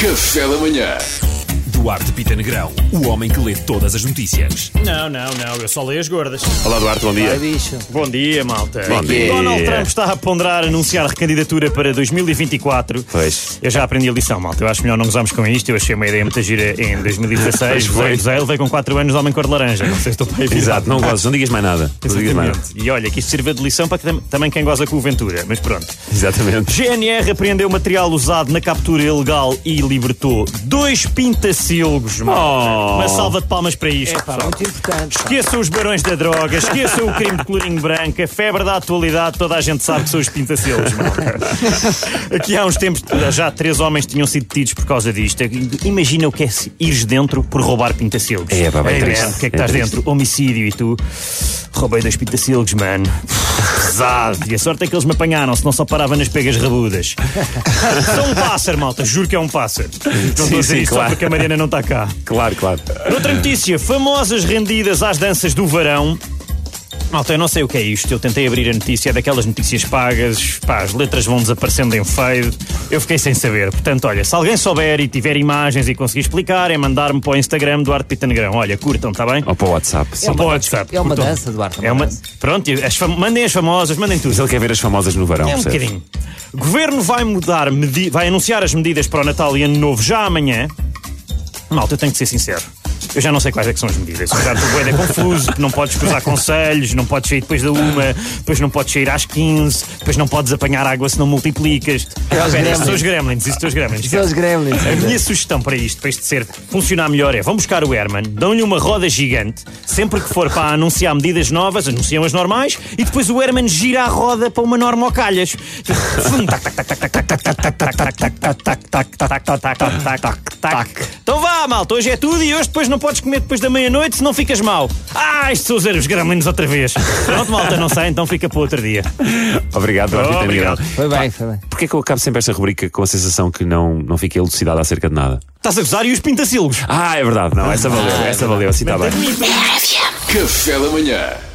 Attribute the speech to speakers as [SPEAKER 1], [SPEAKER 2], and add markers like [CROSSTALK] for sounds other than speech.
[SPEAKER 1] Café da Manhã.
[SPEAKER 2] Duarte Pita Negrão, o homem que lê todas as notícias.
[SPEAKER 3] Não, não, não, eu só leio as gordas.
[SPEAKER 4] Olá Duarte, bom dia.
[SPEAKER 3] Bom dia, malta.
[SPEAKER 4] Bom dia.
[SPEAKER 3] Donald Trump está a ponderar anunciar recandidatura para 2024.
[SPEAKER 4] Pois.
[SPEAKER 3] Eu já aprendi a lição, malta. Eu acho melhor não gozarmos com isto. Eu achei uma ideia muito gira em 2016.
[SPEAKER 4] foi.
[SPEAKER 3] José José, ele veio com 4 anos de homem cor de laranja. Não sei se estou para evitar.
[SPEAKER 4] Exato, não gozes, não digas mais nada. Não digas mais nada.
[SPEAKER 3] Exatamente. E olha, que isto sirva de lição para que tam- também quem goza com o Ventura. Mas pronto.
[SPEAKER 4] Exatamente.
[SPEAKER 3] GNR apreendeu material usado na captura ilegal e libertou dois pintacilgos, malta.
[SPEAKER 4] Oh.
[SPEAKER 3] Uma salva de palmas para isto. pessoal.
[SPEAKER 5] Muito importante.
[SPEAKER 3] Esqueçam os barões da droga, esqueçam o crime de colorinho branco, a febre da atualidade, toda a gente sabe que são os
[SPEAKER 4] [LAUGHS]
[SPEAKER 3] pintacelos, malta. Aqui há uns tempos, já três homens tinham sido detidos por causa disto. Imagina o que é se ires dentro por roubar pintacelos.
[SPEAKER 4] É, pá, bem
[SPEAKER 3] Ei,
[SPEAKER 4] triste.
[SPEAKER 3] man, O que é que
[SPEAKER 4] É
[SPEAKER 3] estás
[SPEAKER 4] triste.
[SPEAKER 3] dentro? Homicídio e tu? Roubei dois pintacelos, mano. Pesado. E a sorte é que eles me apanharam, senão só parava nas
[SPEAKER 4] [LAUGHS]
[SPEAKER 3] pegas rabudas. São um pássaro, malta, juro que é um pássaro. Não estou a
[SPEAKER 4] Sim,
[SPEAKER 3] dizer
[SPEAKER 4] sim,
[SPEAKER 3] isto só
[SPEAKER 4] claro.
[SPEAKER 3] porque a Mariana não está cá.
[SPEAKER 4] Claro, claro.
[SPEAKER 3] Outra notícia, famosas rendidas às danças do varão. Malta, eu não sei o que é isto. Eu tentei abrir a notícia, é daquelas notícias pagas, pá, as letras vão desaparecendo em fade. Eu fiquei sem saber. Portanto, olha, se alguém souber e tiver imagens e conseguir explicar, é mandar-me para o Instagram do Arte Pita Negrão. Olha, curtam, está bem?
[SPEAKER 4] Ou para o WhatsApp.
[SPEAKER 3] Só
[SPEAKER 4] Sim.
[SPEAKER 3] para o WhatsApp.
[SPEAKER 5] é uma
[SPEAKER 3] curtam.
[SPEAKER 5] dança, Duarte, é uma
[SPEAKER 3] É uma...
[SPEAKER 5] dança.
[SPEAKER 3] Pronto, as fam- mandem as famosas, mandem tudo.
[SPEAKER 4] Mas ele quer ver as famosas no varão,
[SPEAKER 3] É um
[SPEAKER 4] percebes?
[SPEAKER 3] bocadinho. Governo vai mudar, medi- vai anunciar as medidas para o Natal e Ano Novo já amanhã. Malta, eu tenho que ser sincero. Eu já não sei quais é que são as medidas. Eu já estou bué de confuso, que não podes cruzar conselhos, não podes sair depois da uma, depois não podes sair às 15, depois não podes apanhar água se não multiplicas.
[SPEAKER 5] É os
[SPEAKER 3] Espera,
[SPEAKER 5] gremlins.
[SPEAKER 3] Isso são os gremlins, isso são os gremlins.
[SPEAKER 5] São os gremlins.
[SPEAKER 3] A minha sugestão para isto, para isto ser funcionar melhor, é vão buscar o Herman, dão-lhe uma roda gigante, sempre que for para anunciar medidas novas, anunciam as normais, e depois o Herman gira a roda para uma norma ao calhas. Fum, tac, tac, tac, tac, tac, tac, tac, tac, tac, tac, tac, tac, tac, tac, tac, tac, tac, tac, tac. Então vá, malta, hoje é tudo e hoje depois não podes comer depois da meia-noite se não ficas mal. Ah, isto são os ervos graminos outra vez. Pronto, malta, não sei, então fica para outro dia.
[SPEAKER 4] Obrigado, Duarte Pita
[SPEAKER 3] Obrigado.
[SPEAKER 4] Negrão.
[SPEAKER 5] Foi bem, foi bem.
[SPEAKER 4] Porquê é que eu acabo sempre esta rubrica com a sensação que não, não fiquei elucidado acerca de nada?
[SPEAKER 3] Estás a gozar e os pintacilgos. Ah,
[SPEAKER 4] tá Ah, é verdade, não, essa valeu, essa valeu, assim está bem.
[SPEAKER 1] Café da Manhã.